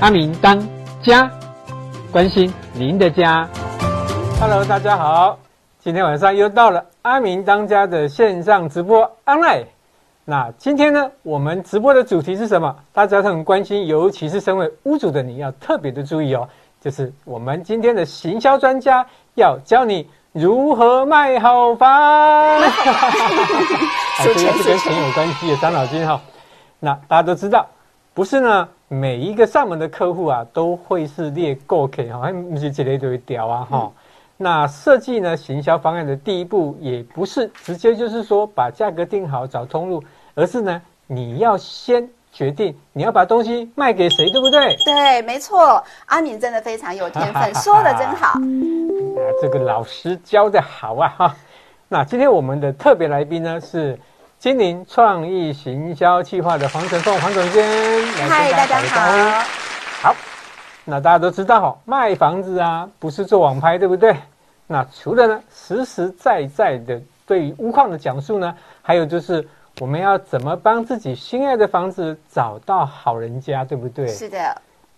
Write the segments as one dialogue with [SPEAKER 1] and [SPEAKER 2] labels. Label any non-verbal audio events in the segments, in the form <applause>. [SPEAKER 1] 阿明当家，关心您的家。Hello，大家好，今天晚上又到了阿明当家的线上直播 online。那今天呢，我们直播的主题是什么？大家都很关心，尤其是身为屋主的你要特别的注意哦。就是我们今天的行销专家要教你如何卖好 <laughs> 房。啊，这个是跟钱有关系的，伤脑筋哈、那大家都知道，不是呢，每一个上门的客户啊，都会是列购 K 哈，还不是这类都会掉啊哈。那设计呢，行销方案的第一步，也不是直接就是说把价格定好找通路，而是呢，你要先决定你要把东西卖给谁，对不对？
[SPEAKER 2] 对，没错，阿敏真的非常有天分，说的真好。
[SPEAKER 1] 啊，这个老师教的好啊哈。那今天我们的特别来宾呢是金陵创意行销计划的黄晨凤黄总监， <laughs> 来
[SPEAKER 2] 嗨，
[SPEAKER 1] 跟
[SPEAKER 2] 大家
[SPEAKER 1] 打个招呼
[SPEAKER 2] 好。
[SPEAKER 1] 那大家都知道哦，卖房子啊，不是做网拍，对不对？那除了呢实实在在的对于屋况的讲述呢，还有就是我们要怎么帮自己心爱的房子找到好人家，对不对？
[SPEAKER 2] 是的，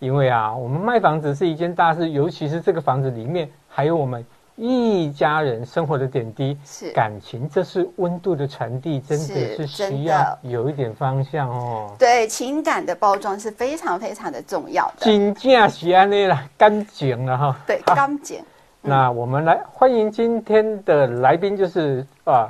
[SPEAKER 1] 因为啊，我们卖房子是一件大事，尤其是这个房子里面还有我们一家人生活的点滴，
[SPEAKER 2] 是
[SPEAKER 1] 感情，这是温度的传递，真的是
[SPEAKER 2] 是
[SPEAKER 1] 需
[SPEAKER 2] 真
[SPEAKER 1] 要
[SPEAKER 2] 的
[SPEAKER 1] 有一点方向哦。
[SPEAKER 2] 对情感的包装是非常非常的重要的。
[SPEAKER 1] 真正是啊安尼啦，感情了哈。 <laughs>
[SPEAKER 2] 对，
[SPEAKER 1] 好
[SPEAKER 2] 刚简
[SPEAKER 1] 那我们来欢迎今天的来宾，就是啊，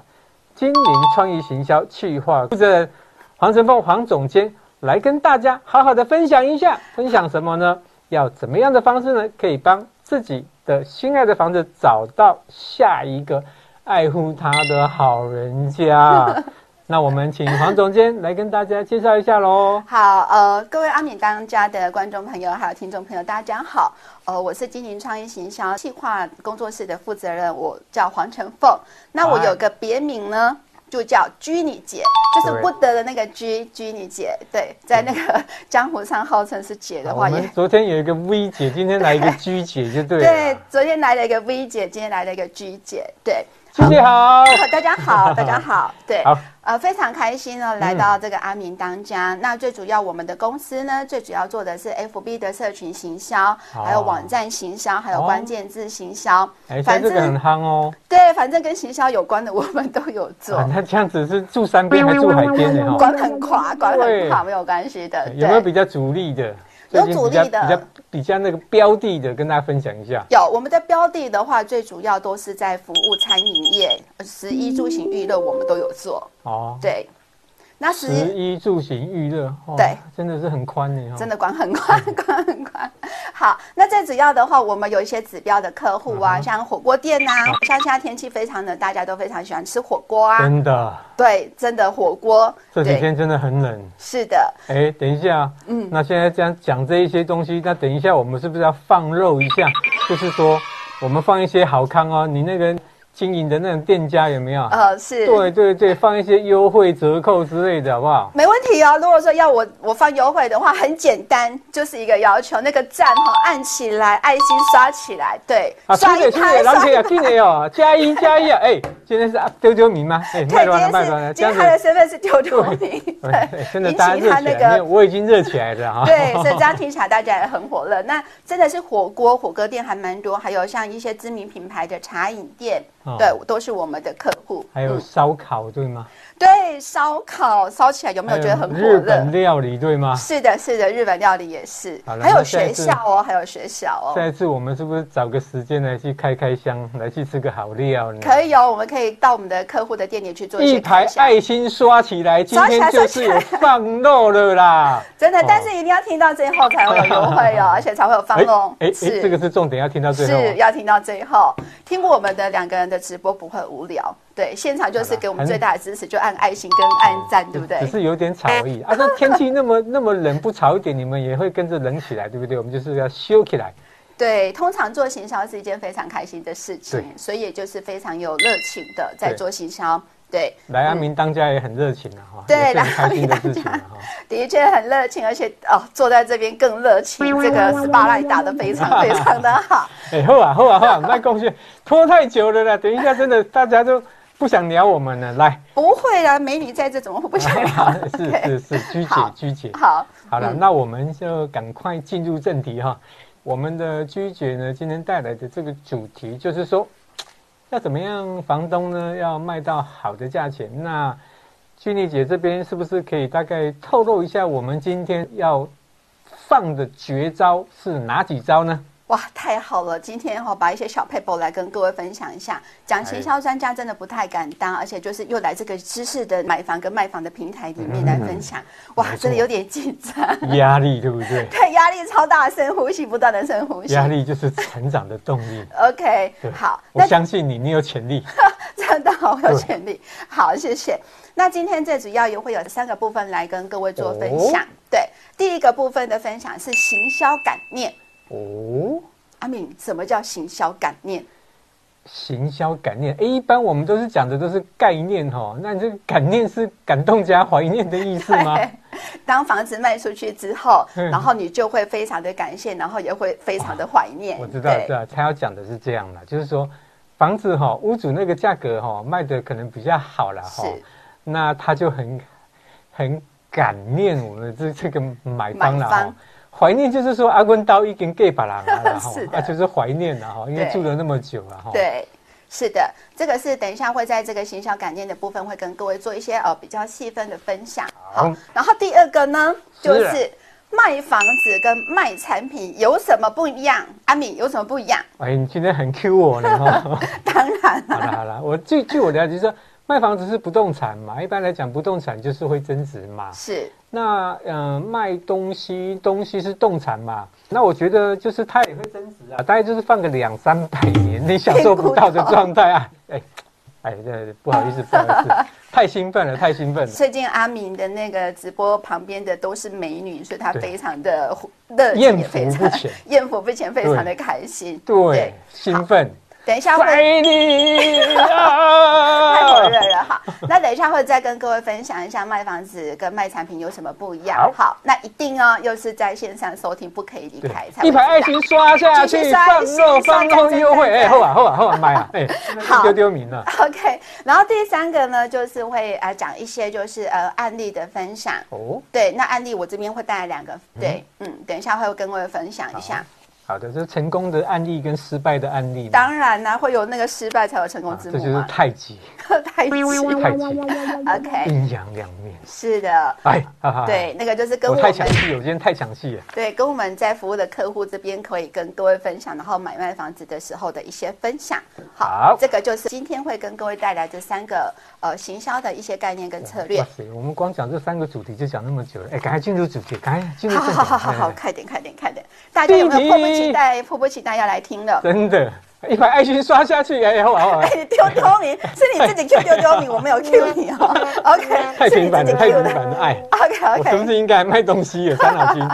[SPEAKER 1] 金陵创意行销企划负责人黄成凤黄总监来跟大家好好的分享一下，分享什么呢？要怎么样的方式呢，可以帮自己的心爱的房子找到下一个爱护它的好人家？那我们请黄总监来跟大家介绍一下喽。
[SPEAKER 2] 好，呃，各位阿敏当家的观众朋友还有听众朋友，大家好，呃，我是金陵创意行销企划工作室的负责人，我叫黄晨凤。那我
[SPEAKER 1] 哎
[SPEAKER 2] 有个别名呢，就叫居女姐，就是
[SPEAKER 1] 对
[SPEAKER 2] 不得的那个居居女姐。对，在那个 <laughs> 江湖上号称是姐的
[SPEAKER 1] 我
[SPEAKER 2] 哎话，也
[SPEAKER 1] 们昨天有一个 V 姐，今天来一个 G 姐就对了。
[SPEAKER 2] <laughs>
[SPEAKER 1] 啊
[SPEAKER 2] 对，昨天来了一个 V 姐，今天来了一个 G 姐，对。哦
[SPEAKER 1] G 姐好。
[SPEAKER 2] 大家
[SPEAKER 1] <laughs>
[SPEAKER 2] 好，大家好，对，
[SPEAKER 1] 好嗯
[SPEAKER 2] 呃，非常开心呢，来到这个阿明当家。那最主要，我们的公司呢，最主要做的是 FB 的社群行销，还有网站行销，还有
[SPEAKER 1] 哦
[SPEAKER 2] 关键字行销，
[SPEAKER 1] 哎，现在
[SPEAKER 2] 反
[SPEAKER 1] 这
[SPEAKER 2] 正
[SPEAKER 1] 个很夯哦。
[SPEAKER 2] 对，反正跟行销有关的我们都有
[SPEAKER 1] <laughs>
[SPEAKER 2] 做，
[SPEAKER 1] 啊，那这样子是住山边还住海边的哈？哎
[SPEAKER 2] 管很垮，管很垮没有关系的，
[SPEAKER 1] 有没有
[SPEAKER 2] 对
[SPEAKER 1] 比较主力的？
[SPEAKER 2] 有
[SPEAKER 1] 最近比较
[SPEAKER 2] 主力的
[SPEAKER 1] 比较比较那个标的的，跟大家分享一下。
[SPEAKER 2] 有我们的标的的话，最主要都是在服务餐饮业、食衣住行娱乐，我们都有做。
[SPEAKER 1] 哦，
[SPEAKER 2] 对，那
[SPEAKER 1] 食
[SPEAKER 2] 食
[SPEAKER 1] 衣住行娱乐，哦
[SPEAKER 2] 对，
[SPEAKER 1] 真的是很宽的哈。
[SPEAKER 2] 真的管很
[SPEAKER 1] <laughs>
[SPEAKER 2] 宽，管很宽。好，那最主要的话，我们有一些指标的客户
[SPEAKER 1] 嗯
[SPEAKER 2] 啊，像火锅店呐、啊，像现在天气非常冷，大家都非常喜欢吃火锅啊。
[SPEAKER 1] 真的，
[SPEAKER 2] 对，真的火锅，
[SPEAKER 1] 这几
[SPEAKER 2] 对，
[SPEAKER 1] 天真的很冷。
[SPEAKER 2] 是的，
[SPEAKER 1] 哎，等一下，嗯，那现在这样讲这一些东西，那等一下我们是不是要放肉一下？就是说，我们放一些好康哦，你那个经营的那种店家有没有？
[SPEAKER 2] 呃，是。
[SPEAKER 1] 啊对对对，放一些优惠折扣之类的，好不好？
[SPEAKER 2] 没问题哦。如果说要我我放优惠的话，很简单，就是一个要求，那个赞哈、按起来，爱心刷起来，对，
[SPEAKER 1] 啊，
[SPEAKER 2] 刷
[SPEAKER 1] 兄
[SPEAKER 2] 一
[SPEAKER 1] 弟兄
[SPEAKER 2] 排，
[SPEAKER 1] 弟，
[SPEAKER 2] 刷
[SPEAKER 1] 郎
[SPEAKER 2] 一
[SPEAKER 1] 姐啊，进来哦，加一加一啊！哎，今天是啊丢丢米吗？哎，卖完
[SPEAKER 2] 对，
[SPEAKER 1] 了，
[SPEAKER 2] 今天
[SPEAKER 1] 卖完了，
[SPEAKER 2] 是
[SPEAKER 1] 这
[SPEAKER 2] 今
[SPEAKER 1] 样
[SPEAKER 2] 天
[SPEAKER 1] 子
[SPEAKER 2] 他，的身份是丢丢你，
[SPEAKER 1] 哎哎真的
[SPEAKER 2] 引
[SPEAKER 1] 大家
[SPEAKER 2] 起
[SPEAKER 1] 热
[SPEAKER 2] 他
[SPEAKER 1] 起
[SPEAKER 2] 那
[SPEAKER 1] 来，没
[SPEAKER 2] 个
[SPEAKER 1] 有我已经热起来了啊！ <laughs>
[SPEAKER 2] 对，所以这样听起来大家也很火热。那真的是火锅、火锅店还蛮多，还有像一些知名品牌的茶饮店，
[SPEAKER 1] 哦
[SPEAKER 2] 对，都是我们的客户。
[SPEAKER 1] 还有
[SPEAKER 2] 嗯
[SPEAKER 1] 烧烤对吗？
[SPEAKER 2] 对烧烤烧起来有没有觉得很火
[SPEAKER 1] 还有日本
[SPEAKER 2] 热？
[SPEAKER 1] 料理对吗？
[SPEAKER 2] 是的，是的，日本料理也是
[SPEAKER 1] 好，了
[SPEAKER 2] 还
[SPEAKER 1] 那
[SPEAKER 2] 有
[SPEAKER 1] 下一
[SPEAKER 2] 学
[SPEAKER 1] 次
[SPEAKER 2] 校哦，还有学校哦。
[SPEAKER 1] 下一次我们是不是找个时间来去开开箱，来去吃个好料呢？
[SPEAKER 2] 可以哦，我们可以到我们的客户的店里去做
[SPEAKER 1] 一
[SPEAKER 2] 些
[SPEAKER 1] 排
[SPEAKER 2] 开箱，
[SPEAKER 1] 爱心刷起来，今
[SPEAKER 2] 刷起
[SPEAKER 1] 天
[SPEAKER 2] 来
[SPEAKER 1] 就是有
[SPEAKER 2] 刷
[SPEAKER 1] 放肉了啦！
[SPEAKER 2] 真的
[SPEAKER 1] 哦，
[SPEAKER 2] 但是一定要听到最后才会有优
[SPEAKER 1] <laughs>
[SPEAKER 2] 惠哦，而且才会有 <laughs> 放弄。
[SPEAKER 1] 哎哎，
[SPEAKER 2] 是
[SPEAKER 1] 这个是重点，要听到最后
[SPEAKER 2] 是
[SPEAKER 1] 哦。
[SPEAKER 2] 要听到最后，听过我们的两个人的直播不会无聊。对，现场就是给我们最大的支持，就按爱心跟按赞，对不对
[SPEAKER 1] 只？嗯是有点吵而已啊！那天气那
[SPEAKER 2] <laughs>
[SPEAKER 1] 么那么冷，不吵一点，你们也会跟着冷起来，对不对？我们就是要修起来。
[SPEAKER 2] 对，通常做行销是一件非常开心的事情，
[SPEAKER 1] 对
[SPEAKER 2] 所以也就是非常有热情的在
[SPEAKER 1] 对
[SPEAKER 2] 做行销。对，
[SPEAKER 1] 来阿
[SPEAKER 2] 嗯
[SPEAKER 1] 明当家也很热情啊，哈，
[SPEAKER 2] 对
[SPEAKER 1] 也是很
[SPEAKER 2] 来
[SPEAKER 1] 开心的
[SPEAKER 2] 阿
[SPEAKER 1] 事
[SPEAKER 2] 明
[SPEAKER 1] 情啊，
[SPEAKER 2] 的确很热情，而且哦，坐在这边更热情，这个 spotlight 打得非常非常的好。
[SPEAKER 1] 哈。哎，好啊，好啊，好啊，卖贡献拖太久了啦，等一下真的大家都不想聊我们了。来，
[SPEAKER 2] 啊
[SPEAKER 1] <laughs>
[SPEAKER 2] 不会啦，美女在这怎么会不想聊？
[SPEAKER 1] 是是是，鞠姐
[SPEAKER 2] 好
[SPEAKER 1] 鞠姐，
[SPEAKER 2] <laughs> 好，
[SPEAKER 1] 好了，
[SPEAKER 2] 嗯
[SPEAKER 1] 那我们就赶快进入正题哈。我们的居姐呢，今天带来的这个主题就是说，要怎么样房东呢要卖到好的价钱？那居丽姐这边是不是可以大概透露一下，我们今天要放的绝招是哪几招
[SPEAKER 2] <laughs>
[SPEAKER 1] 呢？
[SPEAKER 2] 哇，太好了！今天哈、把一些小 paper 来跟各位分享一下。
[SPEAKER 1] 哎
[SPEAKER 2] 讲行销专家真的不太敢当，而且就是又来这个知识的买房跟卖房的平台里面来分享，哇，
[SPEAKER 1] 嗯没错
[SPEAKER 2] 真的有点紧张，？
[SPEAKER 1] 压力对不对
[SPEAKER 2] 对，压力超大，深呼吸， <laughs> 不断的深呼吸。
[SPEAKER 1] 压力就是成长的动力。
[SPEAKER 2] OK，
[SPEAKER 1] 对
[SPEAKER 2] 好，
[SPEAKER 1] 我
[SPEAKER 2] <laughs> 那
[SPEAKER 1] 相信你，你有潜
[SPEAKER 2] <laughs>
[SPEAKER 1] 力。
[SPEAKER 2] 真的好有
[SPEAKER 1] 对
[SPEAKER 2] 潜力。好，谢谢。那今天最主要也会有三个部分来跟各位做分享。
[SPEAKER 1] 哦
[SPEAKER 2] 对，第一个部分的分享是行销感念。
[SPEAKER 1] 哦，
[SPEAKER 2] 阿敏，什么叫行销感念？
[SPEAKER 1] 行销感念，哎，一般我们都是讲的都是概念哦。那你这个感念是感动加怀念的意思
[SPEAKER 2] <laughs>
[SPEAKER 1] 吗？
[SPEAKER 2] 当房子卖出去之后，
[SPEAKER 1] 嗯
[SPEAKER 2] 然后你就会非常的感谢，然后也会非常的怀念。
[SPEAKER 1] 我知道，知
[SPEAKER 2] 对
[SPEAKER 1] 道，他要讲的是这样啦，就是说房子哈、屋主那个价格哈、卖的可能比较好啦哈、
[SPEAKER 2] 是
[SPEAKER 1] 那他就很很感念我们这这个买方啦哈、
[SPEAKER 2] 买方
[SPEAKER 1] 怀念就是说阿坤刀已经给把郎了啦哈
[SPEAKER 2] <laughs> 是，的
[SPEAKER 1] 啊就是怀念啦哈，因为
[SPEAKER 2] 对
[SPEAKER 1] 住了那么久了哈。
[SPEAKER 2] 对，是的，这个是等一下会在这个行销感念的部分会跟各位做一些呃比较细分的分享。
[SPEAKER 1] 好
[SPEAKER 2] 然后第二个呢，
[SPEAKER 1] 是
[SPEAKER 2] 就是卖房子跟卖产品有什么不一样？阿敏有什么不一样？
[SPEAKER 1] 哎，你今天很 Q 我呢哈。
[SPEAKER 2] 当
[SPEAKER 1] <laughs>
[SPEAKER 2] 然
[SPEAKER 1] 好
[SPEAKER 2] 了，
[SPEAKER 1] 啦好啦，我据据我了解，就是说卖房子是不动产嘛，一般来讲不动产就是会增值嘛。
[SPEAKER 2] 是
[SPEAKER 1] 那呃卖东西，东西是动产嘛，那我觉得就是它也会增值啊，大概就是放个两三百年，
[SPEAKER 2] <laughs>
[SPEAKER 1] 你享受不到的状态啊。哎哎，这不好意思，不好
[SPEAKER 2] <laughs>
[SPEAKER 1] 意思，太兴奋了，太兴奋了。
[SPEAKER 2] 最近阿敏的那个直播旁边的都是美女，所以她
[SPEAKER 1] 对
[SPEAKER 2] 非常的热情，
[SPEAKER 1] 艳
[SPEAKER 2] 也非
[SPEAKER 1] 福
[SPEAKER 2] 常
[SPEAKER 1] 不浅，
[SPEAKER 2] <laughs> 艳福不浅，非常的开心。
[SPEAKER 1] 对，兴奋，
[SPEAKER 2] 等一下会
[SPEAKER 1] 爱你
[SPEAKER 2] 太火热
[SPEAKER 1] 啊！
[SPEAKER 2] 了哈。那等一下会再跟各位分享一下卖房子跟卖产品有什么不一样。好，那一定哦，又是在线上收听，不可以离
[SPEAKER 1] 对
[SPEAKER 2] 开。，
[SPEAKER 1] 一排爱心刷下
[SPEAKER 2] 继
[SPEAKER 1] 去，
[SPEAKER 2] 续刷
[SPEAKER 1] 放肉
[SPEAKER 2] 刷
[SPEAKER 1] 放肉
[SPEAKER 2] 赞
[SPEAKER 1] 优惠，
[SPEAKER 2] 赞
[SPEAKER 1] 哎，
[SPEAKER 2] 赞
[SPEAKER 1] 后啊后啊后啊，买啊，哎，
[SPEAKER 2] 好
[SPEAKER 1] 丢丢名了。
[SPEAKER 2] <laughs> OK，然后第三个呢，就是会呃讲一些就是呃案例的分享。
[SPEAKER 1] 哦，
[SPEAKER 2] 对，那案例我这边会带来两个，对，嗯，等一下会跟各位分享一下。
[SPEAKER 1] 好的，这是成功的案例跟失败的案例嘛。
[SPEAKER 2] 当然啦、会有那个失败才有成功
[SPEAKER 1] 啊
[SPEAKER 2] 之
[SPEAKER 1] 这
[SPEAKER 2] 母
[SPEAKER 1] 就是嗯
[SPEAKER 2] 嘛，
[SPEAKER 1] 太极，
[SPEAKER 2] <laughs> 太
[SPEAKER 1] 太
[SPEAKER 2] 急。
[SPEAKER 1] 极，
[SPEAKER 2] OK，
[SPEAKER 1] 阴阳两面。
[SPEAKER 2] 是的，
[SPEAKER 1] 哎，哈哈，
[SPEAKER 2] 对，那个就是跟
[SPEAKER 1] 我
[SPEAKER 2] 我
[SPEAKER 1] 太
[SPEAKER 2] 们
[SPEAKER 1] 抢戏了，我今天太抢戏了。
[SPEAKER 2] 对，跟我们在服务的客户这边可以跟各位分享，然后买卖房子的时候的一些分享。
[SPEAKER 1] 好
[SPEAKER 2] 这个就是今天会跟各位带来这三个呃行销的一些概念跟策略
[SPEAKER 1] 哇。塞，我们光讲这三个主题就讲那么久了，哎，赶快进入主题，赶快进入
[SPEAKER 2] 好
[SPEAKER 1] 正题。
[SPEAKER 2] 好好好好，
[SPEAKER 1] 哎，
[SPEAKER 2] 快点快点快点！大家有没有迫不及待、迫不及待要来听了？
[SPEAKER 1] 真的，一把爱心刷下去，哎，好好好
[SPEAKER 2] 哎，，你丢丢你，是你自己 Q 丢丢你，我没有 Q 你哦。OK，
[SPEAKER 1] 太
[SPEAKER 2] 是你
[SPEAKER 1] 平
[SPEAKER 2] 自
[SPEAKER 1] 凡
[SPEAKER 2] 己
[SPEAKER 1] 了，太
[SPEAKER 2] Q
[SPEAKER 1] 平
[SPEAKER 2] 的。
[SPEAKER 1] 凡了，哎。
[SPEAKER 2] OK
[SPEAKER 1] 我是不
[SPEAKER 2] OK，
[SPEAKER 1] 是应该卖东西了？伤脑筋。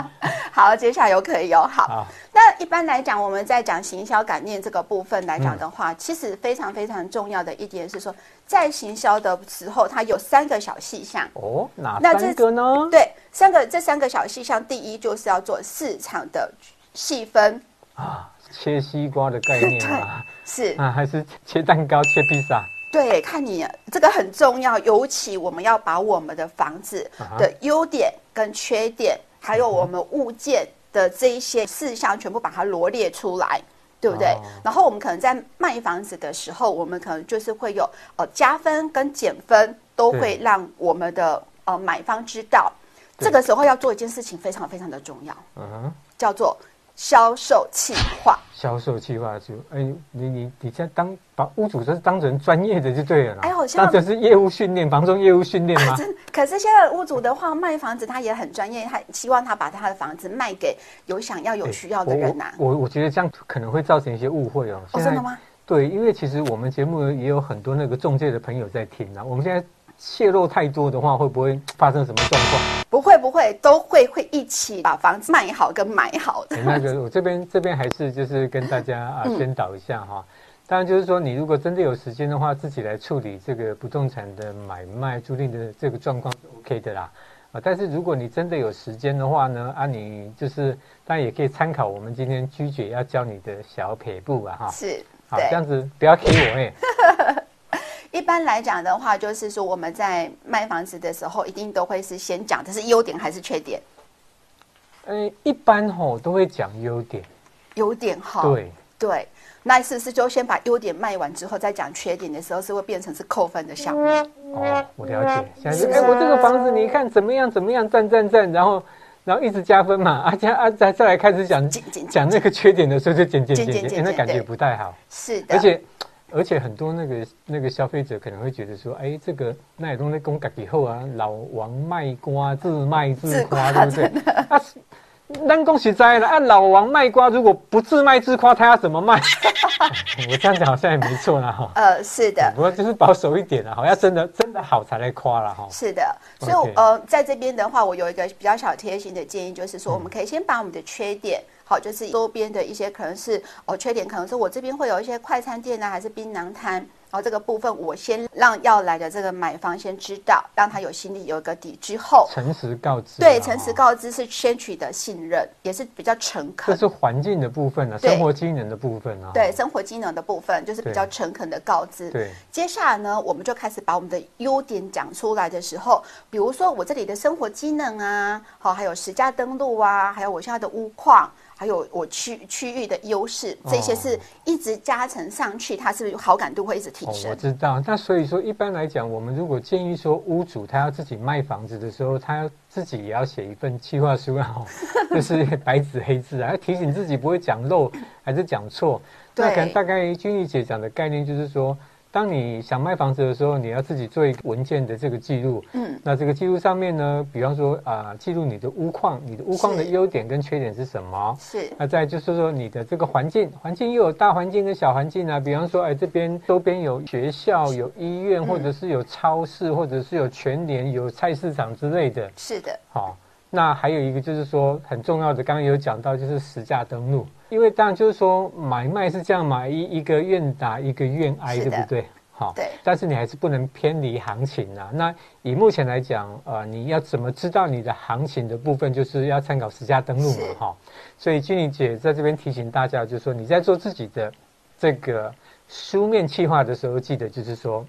[SPEAKER 2] 好，接下来有可以有好。
[SPEAKER 1] 好，
[SPEAKER 2] 那一般来讲，我们在讲行销感念这个部分来讲的话，其实非常非常重要的一点是说，在行销的时候，它有三个小细项。
[SPEAKER 1] 哦，哪
[SPEAKER 2] 那这
[SPEAKER 1] 三个呢？
[SPEAKER 2] 对，三个这三个小细项，第一就是要做市场的细分，
[SPEAKER 1] 啊，切西瓜的概念啊，
[SPEAKER 2] 是
[SPEAKER 1] 啊，还是切蛋糕、切披萨？
[SPEAKER 2] 对，看你这个很重要，尤其我们要把我们的房子
[SPEAKER 1] 啊
[SPEAKER 2] 的优点跟缺点，还有我们物件的这一些事项，全部把它罗列出来。对不对？
[SPEAKER 1] 哦
[SPEAKER 2] 然后我们可能在卖房子的时候，我们可能就是会有呃加分跟减分，都
[SPEAKER 1] 对
[SPEAKER 2] 会让我们的呃买方知道。
[SPEAKER 1] 对
[SPEAKER 2] 这个时候要做一件事情非常非常的重要，
[SPEAKER 1] 嗯哼。
[SPEAKER 2] 叫做销售企划。
[SPEAKER 1] 销售计划书，哎，你你你这样当把屋主就是当成专业的就对了啦。
[SPEAKER 2] 哎好像
[SPEAKER 1] 那这是业务训练，房中业务训练吗？
[SPEAKER 2] 可是现在屋主的话，卖房子他也很专业，他希望他把他的房子卖给有想要有需要的人呐、
[SPEAKER 1] 哎
[SPEAKER 2] 啊
[SPEAKER 1] 我我我我觉得这样可能会造成一些误会哦。
[SPEAKER 2] 哦，
[SPEAKER 1] 现
[SPEAKER 2] 真
[SPEAKER 1] 在
[SPEAKER 2] 的吗？
[SPEAKER 1] 对，因为其实我们节目也有很多那个中介的朋友在听啊。我们现在泄露太多的话，会不会发生什么状况？
[SPEAKER 2] 不会不会，都会会一起把房子卖好跟买好的。
[SPEAKER 1] 哎那个我这边这边还是就是跟大家啊
[SPEAKER 2] 嗯
[SPEAKER 1] 宣导一下哈。当然，就是说，你如果真的有时间的话，自己来处理这个不动产的买卖、租赁的这个状况是 OK 的啦。啊，但是如果你真的有时间的话呢，啊，你就是当然也可以参考我们今天居姐要教你的小撇步啊，哈。
[SPEAKER 2] <laughs> 是，
[SPEAKER 1] 好，这
[SPEAKER 2] 对。
[SPEAKER 1] 样子不要 K 我哎、 <laughs>
[SPEAKER 2] 一般来讲的话，就是说我们在卖房子的时候，一定都会是先讲这是优点还是缺点。
[SPEAKER 1] 嗯，一般吼都会讲优点，
[SPEAKER 2] 优点哈，
[SPEAKER 1] 对，
[SPEAKER 2] 对，那是不是就先把优点卖完之后，再讲缺点的时候，是会变成是扣分的项目？
[SPEAKER 1] 哦，我了解。现在
[SPEAKER 2] 是
[SPEAKER 1] 是，
[SPEAKER 2] 不
[SPEAKER 1] 哎、
[SPEAKER 2] 是
[SPEAKER 1] 我这个房子你看怎么样怎么样，赞赞赞，然后然后一直加分嘛，啊加啊再再来开始讲
[SPEAKER 2] 减减
[SPEAKER 1] 讲那个缺点的时候就减减
[SPEAKER 2] 减
[SPEAKER 1] 减
[SPEAKER 2] 减
[SPEAKER 1] 减，哎啊
[SPEAKER 2] 减
[SPEAKER 1] 那
[SPEAKER 2] 减
[SPEAKER 1] 感觉
[SPEAKER 2] 对
[SPEAKER 1] 不太好。
[SPEAKER 2] 是的，
[SPEAKER 1] 而且而且很多那个那个消费者可能会觉得说，哎，这个那也东在公改以后啊，老王卖瓜自卖自夸，对不对？啊，咱恭喜在了啊，老王卖瓜，如果不自卖自夸，他要怎么卖？ <laughs> 我这样讲好像也没错啦哈。
[SPEAKER 2] 呃，是的。
[SPEAKER 1] 不过就是保守一点啦，啊好，要真的真的好才来夸啦哈。
[SPEAKER 2] 是的，所以我
[SPEAKER 1] OK
[SPEAKER 2] 呃，在这边的话，我有一个比较小贴心的建议，就是说，我们可以先把我们的缺点，好，就是周边的一些可能是哦缺点，可能是我这边会有一些快餐店啊呢、还是槟榔摊。然后这个部分，我先让要来的这个买方先知道，让他有心里有一个底之后，
[SPEAKER 1] 诚实告知啦，
[SPEAKER 2] 对诚实
[SPEAKER 1] 哈，
[SPEAKER 2] 告知是先取得信任，也是比较诚
[SPEAKER 1] 这
[SPEAKER 2] 恳。
[SPEAKER 1] 是环境的部分啊，
[SPEAKER 2] 对
[SPEAKER 1] 生活机能的部分啊。哈
[SPEAKER 2] 对生活技能的部分，就是比较
[SPEAKER 1] 对
[SPEAKER 2] 诚恳的告知。
[SPEAKER 1] 对，
[SPEAKER 2] 接下来呢，我们就开始把我们的优点讲出来的时候，比如说我这里的生活机能啊，好、还有实价登录啊，还有我现在的屋况，还有我区区域的优势，
[SPEAKER 1] 哦
[SPEAKER 2] 这些是一直加成上去，它是不是好感度会一直提
[SPEAKER 1] 哦，
[SPEAKER 2] 升？
[SPEAKER 1] 我知道。那所以说，一般来讲，我们如果建议说屋主他要自己卖房子的时候，他要自己也要写一份计划书
[SPEAKER 2] <laughs>
[SPEAKER 1] 啊，就是白纸黑字啊，要提醒自己不会讲漏还是讲错。那
[SPEAKER 2] 对
[SPEAKER 1] 可能大概君玉姐讲的概念就是说，当你想卖房子的时候，你要自己做一个文件的这个记录。
[SPEAKER 2] 嗯，
[SPEAKER 1] 那这个记录上面呢，比方说啊、记录你的屋况，你的屋况的
[SPEAKER 2] 是
[SPEAKER 1] 优点跟缺点是什么？
[SPEAKER 2] 是
[SPEAKER 1] 那再就是说你的这个环境，环境又有大环境跟小环境啊，比方说，哎，这边周边有学校、有医院，或者是有超市，或者是有全联、有菜市场之类的。
[SPEAKER 2] 是的，
[SPEAKER 1] 好、那还有一个就是说很重要的，刚刚有讲到就是实价登录，因为当然就是说买卖是这样嘛，一一个愿打一个愿挨，
[SPEAKER 2] 是
[SPEAKER 1] 对
[SPEAKER 2] 的
[SPEAKER 1] 不对？好、
[SPEAKER 2] 对
[SPEAKER 1] 但是你还是不能偏离行情啊。那以目前来讲，呃，你要怎么知道你的行情的部分，就是要参考实价登录嘛
[SPEAKER 2] 是，
[SPEAKER 1] 哈、所以君玲姐在这边提醒大家，就是说你在做自己的这个书面企划的时候，记得就是说，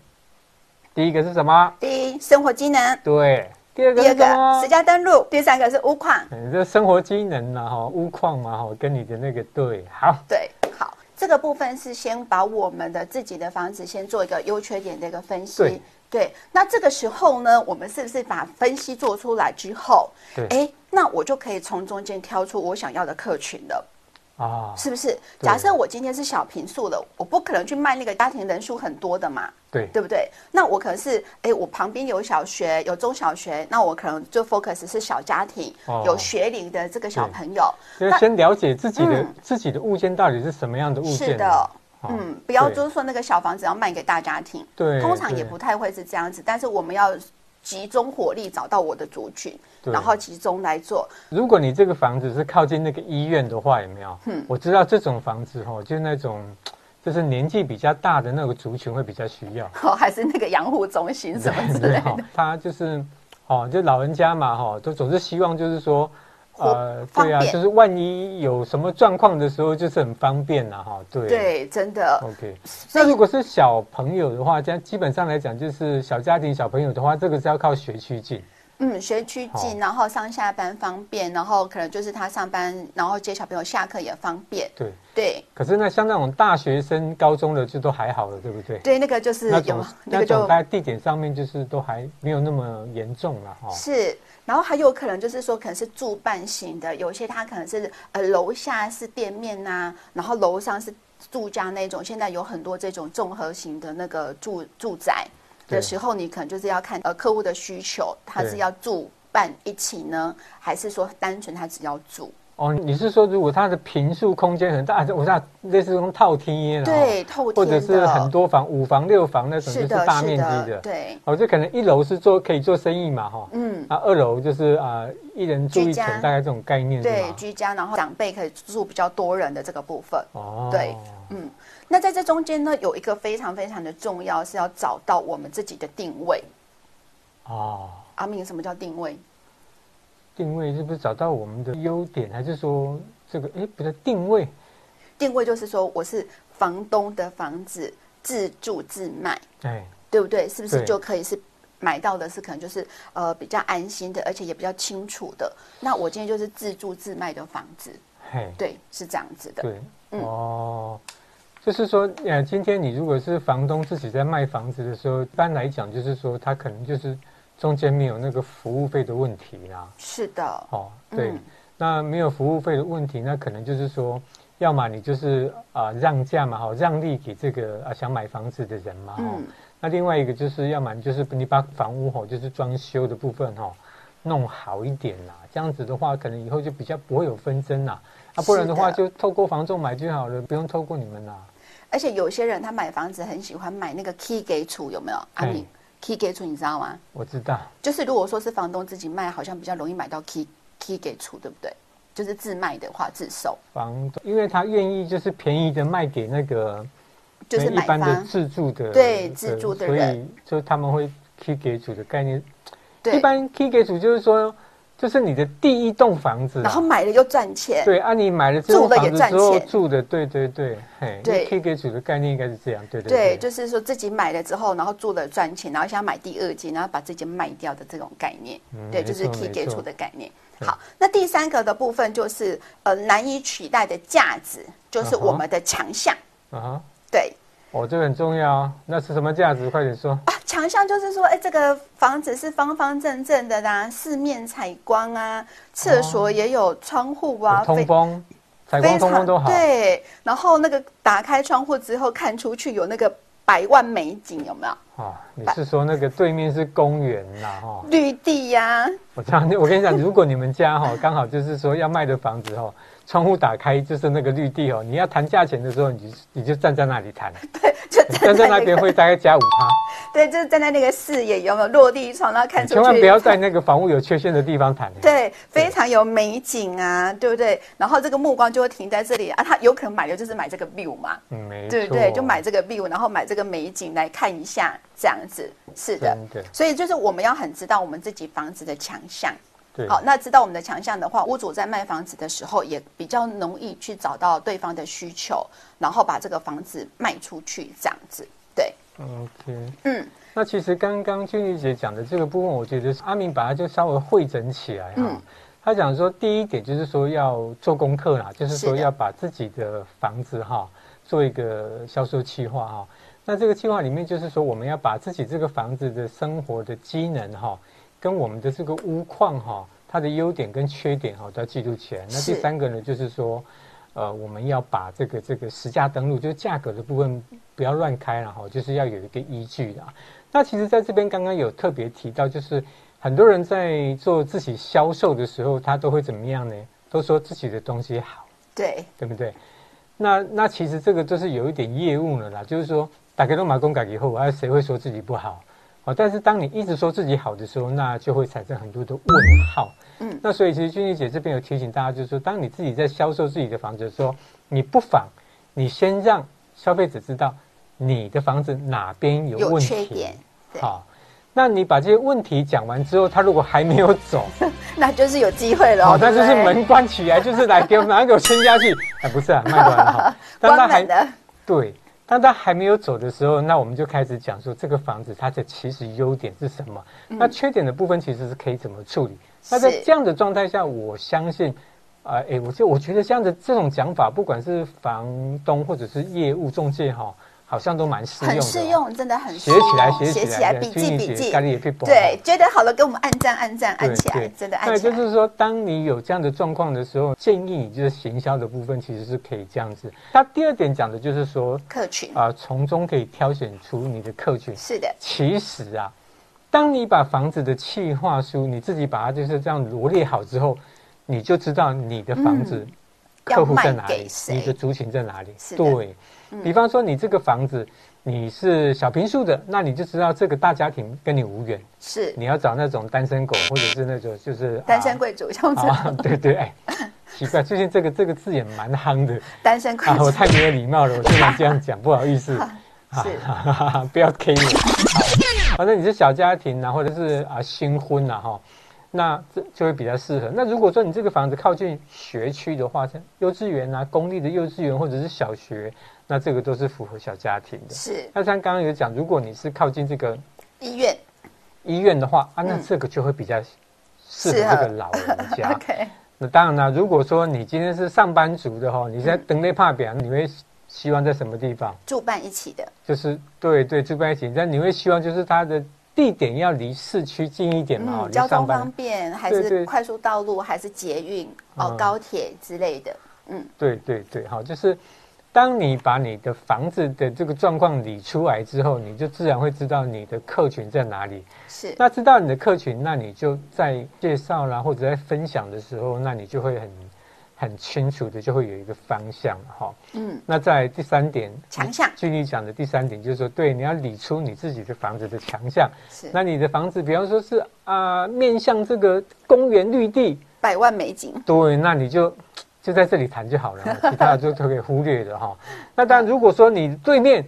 [SPEAKER 1] 第一个是什么？
[SPEAKER 2] 第一生活机能，
[SPEAKER 1] 对，第二个
[SPEAKER 2] 第二
[SPEAKER 1] 是什
[SPEAKER 2] 个
[SPEAKER 1] 么
[SPEAKER 2] 实？价登录，第三个是屋况。
[SPEAKER 1] 你这生活机能嘛，哈，屋况嘛，哈，跟你的那个对，好，
[SPEAKER 2] 对，好，这个部分是先把我们的自己的房子先做一个优缺点的一个分析。
[SPEAKER 1] 对
[SPEAKER 2] 那这个时候呢，我们是不是把分析做出来之后，
[SPEAKER 1] 对
[SPEAKER 2] 哎，那我就可以从中间挑出我想要的客群了，
[SPEAKER 1] 啊，
[SPEAKER 2] 是不是？假设我今天是小平数的，我不可能去卖那个家庭人数很多的嘛，
[SPEAKER 1] 对，
[SPEAKER 2] 对不对？那我可能是，哎，我旁边有小学，有中小学，那我可能就 focus 是小家庭，
[SPEAKER 1] 哦
[SPEAKER 2] 有学龄的这个小
[SPEAKER 1] 对
[SPEAKER 2] 朋友。
[SPEAKER 1] 就是先了解自己的
[SPEAKER 2] 嗯
[SPEAKER 1] 自己的物件到底是什么样的物件，
[SPEAKER 2] 是的，
[SPEAKER 1] 哦
[SPEAKER 2] 嗯，不要
[SPEAKER 1] 对
[SPEAKER 2] 就是说那个小房子要卖给大家庭，
[SPEAKER 1] 对
[SPEAKER 2] 通常
[SPEAKER 1] 对
[SPEAKER 2] 也不太会是这样子，但是我们要集中火力找到我的族群，
[SPEAKER 1] 对
[SPEAKER 2] 然后集中来做，
[SPEAKER 1] 如果你这个房子是靠近那个医院的话，有没有？嗯，我知道这种房子哈，就是那种，就是年纪比较大的那个族群会比较需要，
[SPEAKER 2] 哦，还是那个养护中心什么之
[SPEAKER 1] <laughs>
[SPEAKER 2] 类
[SPEAKER 1] 对
[SPEAKER 2] 的，
[SPEAKER 1] 哈，他就是，哦，就老人家嘛哈，都总是希望就是说。呃，
[SPEAKER 2] 方
[SPEAKER 1] 对啊，
[SPEAKER 2] 便
[SPEAKER 1] 就是万一有什么状况的时候，就是很方便呐、哈，对，啊
[SPEAKER 2] 对，真的，
[SPEAKER 1] OK，那如果是小朋友的话，这样基本上来讲，就是小家庭小朋友的话，这个是要靠学区进。
[SPEAKER 2] 嗯，学区
[SPEAKER 1] 好
[SPEAKER 2] 近，然后上下班方便，然后可能就是他上班，然后接小朋友下课也方便，
[SPEAKER 1] 对，
[SPEAKER 2] 对
[SPEAKER 1] 可是那像那种大学生、高中的就都还好了，对不对？
[SPEAKER 2] 对，那个就是
[SPEAKER 1] 那
[SPEAKER 2] 有
[SPEAKER 1] 种
[SPEAKER 2] 那
[SPEAKER 1] 那
[SPEAKER 2] 个
[SPEAKER 1] 种
[SPEAKER 2] 就
[SPEAKER 1] 在地点上面就是都还没有那么严重了哈、哦。
[SPEAKER 2] 是，然后还有可能就是说，可能是住办型的，有些它可能是呃楼下是店面呐、然后楼上是住家那种。现在有很多这种综合型的那个住住宅
[SPEAKER 1] 对
[SPEAKER 2] 的时候，你可能就是要看呃客户的需求，他是
[SPEAKER 1] 对
[SPEAKER 2] 要住办一起呢，还是说单纯他只要住？
[SPEAKER 1] 哦，你是说如果它的平数空间很大，啊我知道类似用套厅耶，
[SPEAKER 2] 对，，透
[SPEAKER 1] 哦或
[SPEAKER 2] 天
[SPEAKER 1] 者是
[SPEAKER 2] 的，
[SPEAKER 1] 很多房、五房、六房那种，就是是
[SPEAKER 2] 的，
[SPEAKER 1] 大
[SPEAKER 2] 是
[SPEAKER 1] 面积
[SPEAKER 2] 的
[SPEAKER 1] 的。
[SPEAKER 2] 对，
[SPEAKER 1] 哦，就可能一楼是做可以做生意嘛哈、哦
[SPEAKER 2] 嗯。
[SPEAKER 1] 啊，二楼就是啊、一人住
[SPEAKER 2] 居
[SPEAKER 1] 一层
[SPEAKER 2] 家，
[SPEAKER 1] 大概这种概念是
[SPEAKER 2] 对
[SPEAKER 1] 吗？
[SPEAKER 2] 居家，然后长辈可以住比较多人的这个部分，
[SPEAKER 1] 哦
[SPEAKER 2] 对嗯，那在这中间呢，有一个非常非常的重要，是要找到我们自己的定位。
[SPEAKER 1] 哦，
[SPEAKER 2] 阿明，什么叫定位？
[SPEAKER 1] 定位是不是找到我们的优点，还是说这个哎不对，定位
[SPEAKER 2] 定位就是说我是房东的房子，自住自卖，
[SPEAKER 1] 哎
[SPEAKER 2] 对不对？是不是
[SPEAKER 1] 对
[SPEAKER 2] 就可以是买到的是可能就是呃比较安心的，而且也比较清楚的。那我今天就是自住自卖的房子，
[SPEAKER 1] 嘿，
[SPEAKER 2] 对，是这样子的。
[SPEAKER 1] 对，哦，就是说，呃，今天你如果是房东自己在卖房子的时候，一般来讲就是说，他可能就是中间没有那个服务费的问题啦。
[SPEAKER 2] 是的，
[SPEAKER 1] 哦，对，
[SPEAKER 2] 嗯
[SPEAKER 1] 那没有服务费的问题，那可能就是说，要么你就是啊、让价嘛，好、让利给这个啊、想买房子的人嘛，哦，
[SPEAKER 2] 嗯，
[SPEAKER 1] 那另外一个就是，要么就是你把房屋吼，就是装修的部分吼，弄好一点啦。这样子的话，可能以后就比较不会有纷争啦。啊，不然的话
[SPEAKER 2] 是
[SPEAKER 1] 就透过房仲买就好了，不用透过你们啦。
[SPEAKER 2] 而且有些人他买房子很喜欢买那个 key 给处，有没有？阿
[SPEAKER 1] 嘿
[SPEAKER 2] 敏 key 给处你知道吗？
[SPEAKER 1] 我知道，
[SPEAKER 2] 就是如果说是房东自己卖，好像比较容易买到 key key 给处，对不对？就是自卖的话，自售
[SPEAKER 1] 房东因为他愿意就是便宜的卖给那个
[SPEAKER 2] 就是
[SPEAKER 1] 一
[SPEAKER 2] 买
[SPEAKER 1] 般的
[SPEAKER 2] 方，
[SPEAKER 1] 自住的
[SPEAKER 2] 对自住的
[SPEAKER 1] 所以
[SPEAKER 2] 人
[SPEAKER 1] 就他们会 key 给主的概念。一
[SPEAKER 2] 对，
[SPEAKER 1] 般 key 给主就是说，就是你的第一栋房子啊、
[SPEAKER 2] 然后买了又赚钱，
[SPEAKER 1] 对，啊，你买了这栋
[SPEAKER 2] 住了
[SPEAKER 1] 房
[SPEAKER 2] 也
[SPEAKER 1] 子
[SPEAKER 2] 赚
[SPEAKER 1] 之后
[SPEAKER 2] 钱
[SPEAKER 1] 住的，对对对，嘿，
[SPEAKER 2] 对
[SPEAKER 1] ，K 给主的概念应该是这样，对对
[SPEAKER 2] 对，
[SPEAKER 1] 对，
[SPEAKER 2] 就是说自己买了之后，然后住了赚钱，然后想买第二间，然后把这间卖掉的这种概念，
[SPEAKER 1] 嗯
[SPEAKER 2] 对，
[SPEAKER 1] 没
[SPEAKER 2] 就是
[SPEAKER 1] 错
[SPEAKER 2] key
[SPEAKER 1] 没
[SPEAKER 2] 给
[SPEAKER 1] 错
[SPEAKER 2] 出的概念。
[SPEAKER 1] 对
[SPEAKER 2] 好，那第三个的部分就是呃难以取代的价值，
[SPEAKER 1] 嗯
[SPEAKER 2] 就是我们的强项。
[SPEAKER 1] 啊哈，
[SPEAKER 2] 对
[SPEAKER 1] 哦，这个很重要啊，那是什么价值？快点说，
[SPEAKER 2] 啊，强项就是说，哎，这个房子是方方正正的啦，四面采光啊，厕所也有窗户啊，
[SPEAKER 1] 有哦通
[SPEAKER 2] 非
[SPEAKER 1] 风、采光、通
[SPEAKER 2] 非
[SPEAKER 1] 风
[SPEAKER 2] 常
[SPEAKER 1] 都好，
[SPEAKER 2] 对，然后那个打开窗户之后看出去有那个百万美景，有没有？
[SPEAKER 1] 啊，你是说那个对面是公园呐，哈，
[SPEAKER 2] 绿地呀、
[SPEAKER 1] 我这样，我跟你讲，如果你们家哈刚好就是说要卖的房子哈，窗户打开就是那个绿地哦，你要谈价钱的时候，你就你就站在那里
[SPEAKER 2] <laughs>
[SPEAKER 1] 谈，
[SPEAKER 2] 就
[SPEAKER 1] 站
[SPEAKER 2] 站
[SPEAKER 1] 哎在
[SPEAKER 2] 在
[SPEAKER 1] 那
[SPEAKER 2] 那
[SPEAKER 1] 边
[SPEAKER 2] 个，
[SPEAKER 1] 会大概加五趴。
[SPEAKER 2] 对，就是站在那个视野有没有落地窗，然后看 <laughs>
[SPEAKER 1] 你
[SPEAKER 2] 出
[SPEAKER 1] 千万
[SPEAKER 2] 去，
[SPEAKER 1] 不要在那个房屋有缺陷的地方谈。
[SPEAKER 2] 对，非常有美景啊，对不对？然后这个目光就会停在这里啊，他有可能买的就是买这个 view 嘛，
[SPEAKER 1] 嗯，没错，
[SPEAKER 2] 对不对？就买这个 view，然后买这个美景来看一下，这样子是的。
[SPEAKER 1] 真的，
[SPEAKER 2] 所以就是我们要很知道我们自己房子的强项。
[SPEAKER 1] 对，
[SPEAKER 2] 好，那知道我们的强项的话，屋主在卖房子的时候也比较容易去找到对方的需求，然后把这个房子卖出去，这样子。对，
[SPEAKER 1] OK，
[SPEAKER 2] 嗯，
[SPEAKER 1] 那其实刚刚君丽姐讲的这个部分，我觉得阿明把它就稍微汇整起来哈、
[SPEAKER 2] 嗯
[SPEAKER 1] 他讲说，第一点就是说要做功课啦，就是
[SPEAKER 2] 是
[SPEAKER 1] 说
[SPEAKER 2] 的
[SPEAKER 1] 要把自己的房子哈、做一个销售计划哈、那这个计划里面就是说，我们要把自己这个房子的生活的机能哈、跟我们的这个屋况哈、它的优点跟缺点哈、都要记录起来。那第
[SPEAKER 2] 是
[SPEAKER 1] 三个呢，就是说，呃，我们要把这个这个实价登录，就是价格的部分不要乱开了哈、就是要有一个依据啦。那其实在这边刚刚有特别提到，就是很多人在做自己销售的时候，他都会怎么样呢？都说自己的东西好，
[SPEAKER 2] 对，
[SPEAKER 1] 对不对？那那其实这个就是有一点业务了啦，就是说打开罗马公改以后，啊，谁会说自己不好？哦，但是当你一直说自己好的时候，那就会产生很多的问号。
[SPEAKER 2] 嗯
[SPEAKER 1] 那所以其实君丽姐这边有提醒大家，就是说，当你自己在销售自己的房子的时候，你不妨你先让消费者知道你的房子哪边有
[SPEAKER 2] 有
[SPEAKER 1] 问
[SPEAKER 2] 缺
[SPEAKER 1] 题，
[SPEAKER 2] 点，对
[SPEAKER 1] 好，那你把这些问题讲完之后，他如果还没有走，
[SPEAKER 2] 那就是有机会了。
[SPEAKER 1] 好，那哦就是
[SPEAKER 2] 哦对不对
[SPEAKER 1] 门关起来，就是来
[SPEAKER 2] <laughs>
[SPEAKER 1] 给我拿给我签下去。哎，不是啊，卖关了哈。当他
[SPEAKER 2] 关门
[SPEAKER 1] 还
[SPEAKER 2] 的，
[SPEAKER 1] 对，当他还没有走的时候，那我们就开始讲说这个房子它的其实优点是什么，那缺点的部分其实是可以怎么处理。那在
[SPEAKER 2] 嗯是
[SPEAKER 1] 这样的状态下，我相信，啊、哎，我就我觉得这样的这种讲法，不管是房东或者是业务中介哈，好像都蛮适用的
[SPEAKER 2] 很
[SPEAKER 1] 哦。
[SPEAKER 2] 适用，真的很
[SPEAKER 1] 写
[SPEAKER 2] 适
[SPEAKER 1] 起来，
[SPEAKER 2] 用
[SPEAKER 1] 写起来，
[SPEAKER 2] 笔
[SPEAKER 1] 君
[SPEAKER 2] 记
[SPEAKER 1] 丽
[SPEAKER 2] 笔
[SPEAKER 1] 姐
[SPEAKER 2] 记
[SPEAKER 1] 家，里也可以播
[SPEAKER 2] 对，觉得好了，给我们按赞按赞按
[SPEAKER 1] 对
[SPEAKER 2] 起来
[SPEAKER 1] 对，
[SPEAKER 2] 真的按
[SPEAKER 1] 那
[SPEAKER 2] 起
[SPEAKER 1] 就
[SPEAKER 2] 来。
[SPEAKER 1] 是说，当你有这样的状况的时候，建议你就是行销的部分其实是可以这样子。那第二点讲的就是说，
[SPEAKER 2] 客群
[SPEAKER 1] 啊、从中可以挑选出你的客群。
[SPEAKER 2] 是的，
[SPEAKER 1] 其实啊，当你把房子的企划书你自己把它就是这样罗列好之后，你就知道你的房子、
[SPEAKER 2] 嗯
[SPEAKER 1] 客户在哪
[SPEAKER 2] 要卖给
[SPEAKER 1] 里，
[SPEAKER 2] 谁
[SPEAKER 1] 你的族群在哪里
[SPEAKER 2] 是。的嗯
[SPEAKER 1] 对，比方说你这个房子你是小平数的，那你就知道这个大家庭跟你无缘。
[SPEAKER 2] 是
[SPEAKER 1] 你要找那种单身狗，或者是那种就是
[SPEAKER 2] 单身
[SPEAKER 1] 鬼
[SPEAKER 2] 贵族，像这
[SPEAKER 1] 啊， <laughs>
[SPEAKER 2] 种
[SPEAKER 1] 对对，哎，奇怪，最近这个这个字眼蛮夯的
[SPEAKER 2] 单身贵
[SPEAKER 1] 啊，我
[SPEAKER 2] 族，
[SPEAKER 1] 太没有礼貌了，我竟然这样讲，不好意
[SPEAKER 2] <laughs>
[SPEAKER 1] 思，
[SPEAKER 2] 是
[SPEAKER 1] 啊，不要 K 我。好反正你是小家庭啊，或者是啊新婚啊哈，那这就会比较适合。那如果说你这个房子靠近学区的话，像幼稚园啊、公立的幼稚园或者是小学，那这个都是符合小家庭的。
[SPEAKER 2] 是
[SPEAKER 1] 那像刚刚有讲，如果你是靠近这个
[SPEAKER 2] 医院
[SPEAKER 1] 医院的话啊，那
[SPEAKER 2] 嗯
[SPEAKER 1] 这个就会比较适
[SPEAKER 2] 适
[SPEAKER 1] 合这
[SPEAKER 2] 合
[SPEAKER 1] 个老人
[SPEAKER 2] <laughs>
[SPEAKER 1] 家。
[SPEAKER 2] OK，
[SPEAKER 1] 那当然啦，如果说你今天是上班族的哈，你在
[SPEAKER 2] 嗯
[SPEAKER 1] 等内怕表，你会希望在什么地方？
[SPEAKER 2] 住办一起的，
[SPEAKER 1] 就是对对，住在一起，但你会希望就是它的地点要离市区近一点嘛，
[SPEAKER 2] 嗯，
[SPEAKER 1] 离
[SPEAKER 2] 交
[SPEAKER 1] 上
[SPEAKER 2] 通
[SPEAKER 1] 班
[SPEAKER 2] 方便，还
[SPEAKER 1] 对对
[SPEAKER 2] 是快速道路，还是捷运哦
[SPEAKER 1] 嗯，
[SPEAKER 2] 高铁之类的，嗯，
[SPEAKER 1] 对对对，好，就是当你把你的房子的这个状况理出来之后，你就自然会知道你的客群在哪里。
[SPEAKER 2] 是
[SPEAKER 1] 那知道你的客群，那你就在介绍啦，或者在分享的时候，那你就会很很清楚的，就会有一个方向哈、
[SPEAKER 2] 嗯，
[SPEAKER 1] 那在第三点，
[SPEAKER 2] 强项
[SPEAKER 1] 据你讲的第三点就是说，对，你要理出你自己的房子的强项。
[SPEAKER 2] 是
[SPEAKER 1] 那你的房子，比方说是啊、面向这个公园绿地，
[SPEAKER 2] 百万美金，
[SPEAKER 1] 对，那你就就在这里谈就好了，
[SPEAKER 2] <laughs>
[SPEAKER 1] 其他的就都可以忽略了哈。那当然，如果说你对面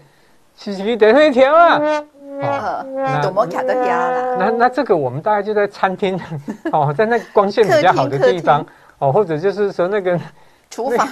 [SPEAKER 1] 西西等会条啊，哦，
[SPEAKER 2] 呃
[SPEAKER 1] 那，
[SPEAKER 2] 多么卡的
[SPEAKER 1] <laughs>
[SPEAKER 2] 呀啦，
[SPEAKER 1] 那那这个我们大概就在餐厅 <laughs> 哦，在那个光线比较好的
[SPEAKER 2] 客厅
[SPEAKER 1] 地方
[SPEAKER 2] 客
[SPEAKER 1] 哦，或者就是说那个 <laughs>
[SPEAKER 2] 厨房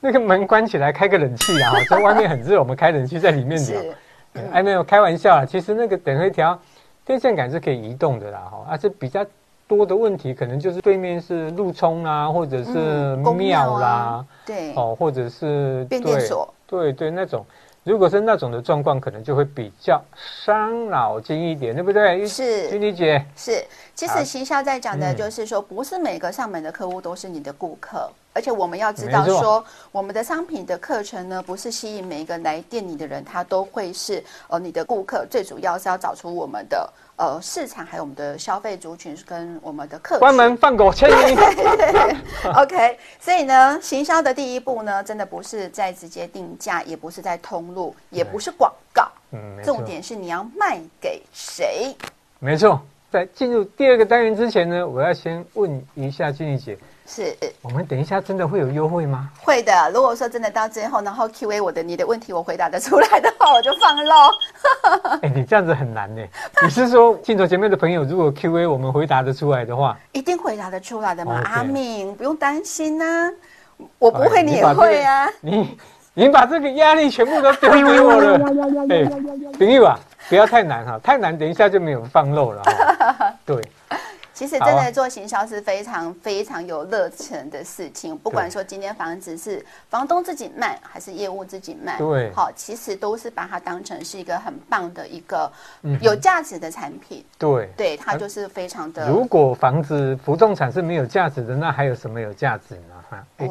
[SPEAKER 1] 那个门关起来，开个冷气啊，在外面很热，我们开冷气在里面聊。
[SPEAKER 2] 是
[SPEAKER 1] 嗯哎，没有开玩笑啦，其实那个等会条电线杆是可以移动的啦，哈，而、且比较多的问题可能就是对面是路冲啦，或者是
[SPEAKER 2] 嗯宫
[SPEAKER 1] 庙
[SPEAKER 2] 庙
[SPEAKER 1] 啦
[SPEAKER 2] 啊，对，
[SPEAKER 1] 哦，或者是
[SPEAKER 2] 变电所
[SPEAKER 1] 对对对那种，如果是那种的状况，可能就会比较伤脑筋一点，对不对？
[SPEAKER 2] 是
[SPEAKER 1] 君妮姐，
[SPEAKER 2] 是，其
[SPEAKER 1] 好
[SPEAKER 2] 实行销在讲的
[SPEAKER 1] 嗯
[SPEAKER 2] 就是说，不是每个上门的客户都是你的顾客，而且我们要知
[SPEAKER 1] 没
[SPEAKER 2] 道
[SPEAKER 1] 错
[SPEAKER 2] 说，我们的商品的课程呢，不是吸引每一个来店里的人，他都会是呃你的顾客，最主要是要找出我们的呃市场，还有我们的消费族群跟我们的客
[SPEAKER 1] 关
[SPEAKER 2] 群。
[SPEAKER 1] 门放狗牵你。
[SPEAKER 2] <laughs> OK，所以呢，行销的第一步呢，真的不是在直接定价，也不是在通路，也
[SPEAKER 1] 对
[SPEAKER 2] 不是广告，
[SPEAKER 1] 嗯，没错
[SPEAKER 2] 重点是你要卖给谁。
[SPEAKER 1] 没错。在进入第二个单元之前呢，我要先问一下君妮姐，
[SPEAKER 2] 是
[SPEAKER 1] 我们等一下真的会有优惠
[SPEAKER 2] <laughs>
[SPEAKER 1] 吗？
[SPEAKER 2] 会的，如果说真的到最后，然后 Q&A 我的你的问题，我回答得出来的话，我就放
[SPEAKER 1] <laughs>
[SPEAKER 2] 喽。
[SPEAKER 1] 哎、你这样子很难呢。你是说镜头前面的朋友，如果 Q&A 我们回答得出来的话，
[SPEAKER 2] 一定回答得出来的嘛
[SPEAKER 1] 哦 OK
[SPEAKER 2] 阿敏不用担心呐、我不
[SPEAKER 1] 哎
[SPEAKER 2] 会，
[SPEAKER 1] 你
[SPEAKER 2] 你也
[SPEAKER 1] 把这个
[SPEAKER 2] 会啊。
[SPEAKER 1] 你你把这个压力全部都丢给我
[SPEAKER 2] <laughs>
[SPEAKER 1] 了。哎、等一吧，不要太难哈，太难等一下就没有放漏了哈。对，
[SPEAKER 2] 其实
[SPEAKER 1] 好
[SPEAKER 2] 真
[SPEAKER 1] 啊
[SPEAKER 2] 的做行销是非常非常有热忱的事情，不管说今天房子是房东自己卖还是业务自己卖，
[SPEAKER 1] 对
[SPEAKER 2] 好，其实都是把它当成是一个很棒的一个
[SPEAKER 1] 嗯
[SPEAKER 2] 有价值的产品，
[SPEAKER 1] 对。
[SPEAKER 2] 对，它就是非常的。
[SPEAKER 1] 如果房子不动产是没有价值的，那还有什么有价值呢？哈，哎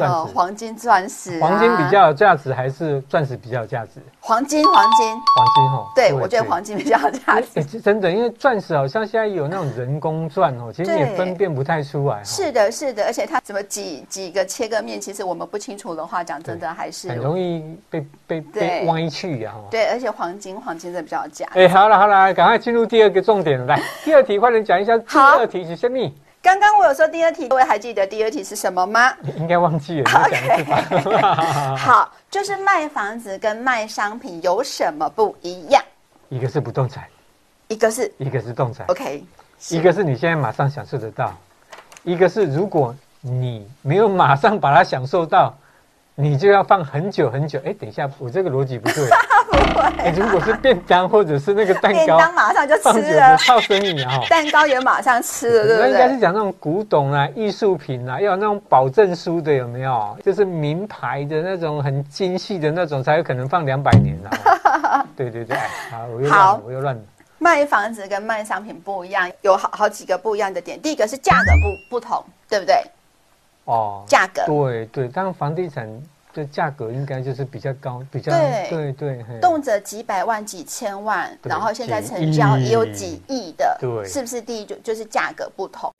[SPEAKER 2] 哦，
[SPEAKER 1] 黄
[SPEAKER 2] 对
[SPEAKER 1] 金、，钻
[SPEAKER 2] 呃
[SPEAKER 1] 石，黄
[SPEAKER 2] 黄金、啊钻石、
[SPEAKER 1] 金比，较有价值，还是钻石比较有价值？
[SPEAKER 2] 黄金，黄金，
[SPEAKER 1] 黄金哦，
[SPEAKER 2] 对，我觉得黄金比较有
[SPEAKER 1] <laughs>
[SPEAKER 2] 价值。
[SPEAKER 1] 哎、这真的，因为钻石好像现在有那种人工钻哦，其实你也
[SPEAKER 2] 对
[SPEAKER 1] 分辨不太出来、哦，
[SPEAKER 2] 是的，是的，而且它怎么几几个切割面，其实我们不清楚的话，讲真的还是
[SPEAKER 1] 很容易被被被
[SPEAKER 2] 对
[SPEAKER 1] 歪去呀、哦。
[SPEAKER 2] 对，而且黄金黄金真的比较假。
[SPEAKER 1] 哎、好了好了，赶快进入第二个重点来，第二题快点讲一下，第
[SPEAKER 2] 好
[SPEAKER 1] 二题是什么？你
[SPEAKER 2] 刚刚我有说第二题，各位还记得第二题是什么吗？
[SPEAKER 1] 应该忘记了，你再讲一次吧。
[SPEAKER 2] 好，就是卖房子跟卖商品有什么不一样？
[SPEAKER 1] <laughs> 一个是不动产，
[SPEAKER 2] 一个是
[SPEAKER 1] 一个是动产，
[SPEAKER 2] OK，
[SPEAKER 1] 一个是你现在马上享受得到，一个是如果你没有马上把它享受到，你就要放很久很久。哎、等一下，我这个逻辑不
[SPEAKER 2] <laughs>
[SPEAKER 1] 对。哎、如果是便当或者是那个蛋
[SPEAKER 2] 便
[SPEAKER 1] 糕，
[SPEAKER 2] 当马上就
[SPEAKER 1] 放久
[SPEAKER 2] 吃
[SPEAKER 1] 了
[SPEAKER 2] 了，
[SPEAKER 1] 超生意啊！哈
[SPEAKER 2] 蛋糕也马上吃了，
[SPEAKER 1] <laughs> 那
[SPEAKER 2] 对
[SPEAKER 1] 应
[SPEAKER 2] 不
[SPEAKER 1] 该是
[SPEAKER 2] 对？
[SPEAKER 1] 讲那种古董啊、艺术品啊，要有那种保证书的，有没有？就是名牌的那种很精细的那种，才有可能放两百年啊！
[SPEAKER 2] <laughs>
[SPEAKER 1] 对对对，哎好，我又乱
[SPEAKER 2] 好
[SPEAKER 1] 了，我又乱了。
[SPEAKER 2] 卖房子跟卖商品不一样，有好好几个不一样的点。第一个是价格不不同，对不对？
[SPEAKER 1] 哦，
[SPEAKER 2] 价格
[SPEAKER 1] 对对，当然房地产的价格应该就是比较高，比较
[SPEAKER 2] 对
[SPEAKER 1] 对对，嘿
[SPEAKER 2] 动辄几百万、几千万，
[SPEAKER 1] 对
[SPEAKER 2] 然后现在成交
[SPEAKER 1] 几亿
[SPEAKER 2] 也有几亿的，
[SPEAKER 1] 对
[SPEAKER 2] 是不是？第一就就是价格不同，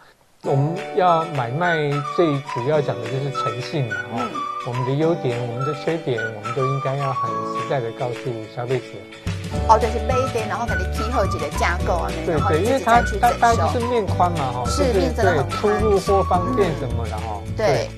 [SPEAKER 1] 我们要买卖最主要讲的就是诚信嘛，哦，
[SPEAKER 2] 嗯
[SPEAKER 1] 我们的优点、我们的缺点，我们都应该要很实在的告诉消费者。
[SPEAKER 2] 哦，就是杯点，然后给你批后几的架构啊，
[SPEAKER 1] 对
[SPEAKER 2] 然后
[SPEAKER 1] 对，
[SPEAKER 2] 你
[SPEAKER 1] 因
[SPEAKER 2] 自
[SPEAKER 1] 为
[SPEAKER 2] 己
[SPEAKER 1] 它
[SPEAKER 2] 再去
[SPEAKER 1] 它它
[SPEAKER 2] 整
[SPEAKER 1] 就是
[SPEAKER 2] 修，
[SPEAKER 1] 面宽嘛哈，哦
[SPEAKER 2] 是
[SPEAKER 1] 就是
[SPEAKER 2] 面真的
[SPEAKER 1] 对
[SPEAKER 2] 很
[SPEAKER 1] 出
[SPEAKER 2] 宽
[SPEAKER 1] 入或方便什么的哈。哦
[SPEAKER 2] 对。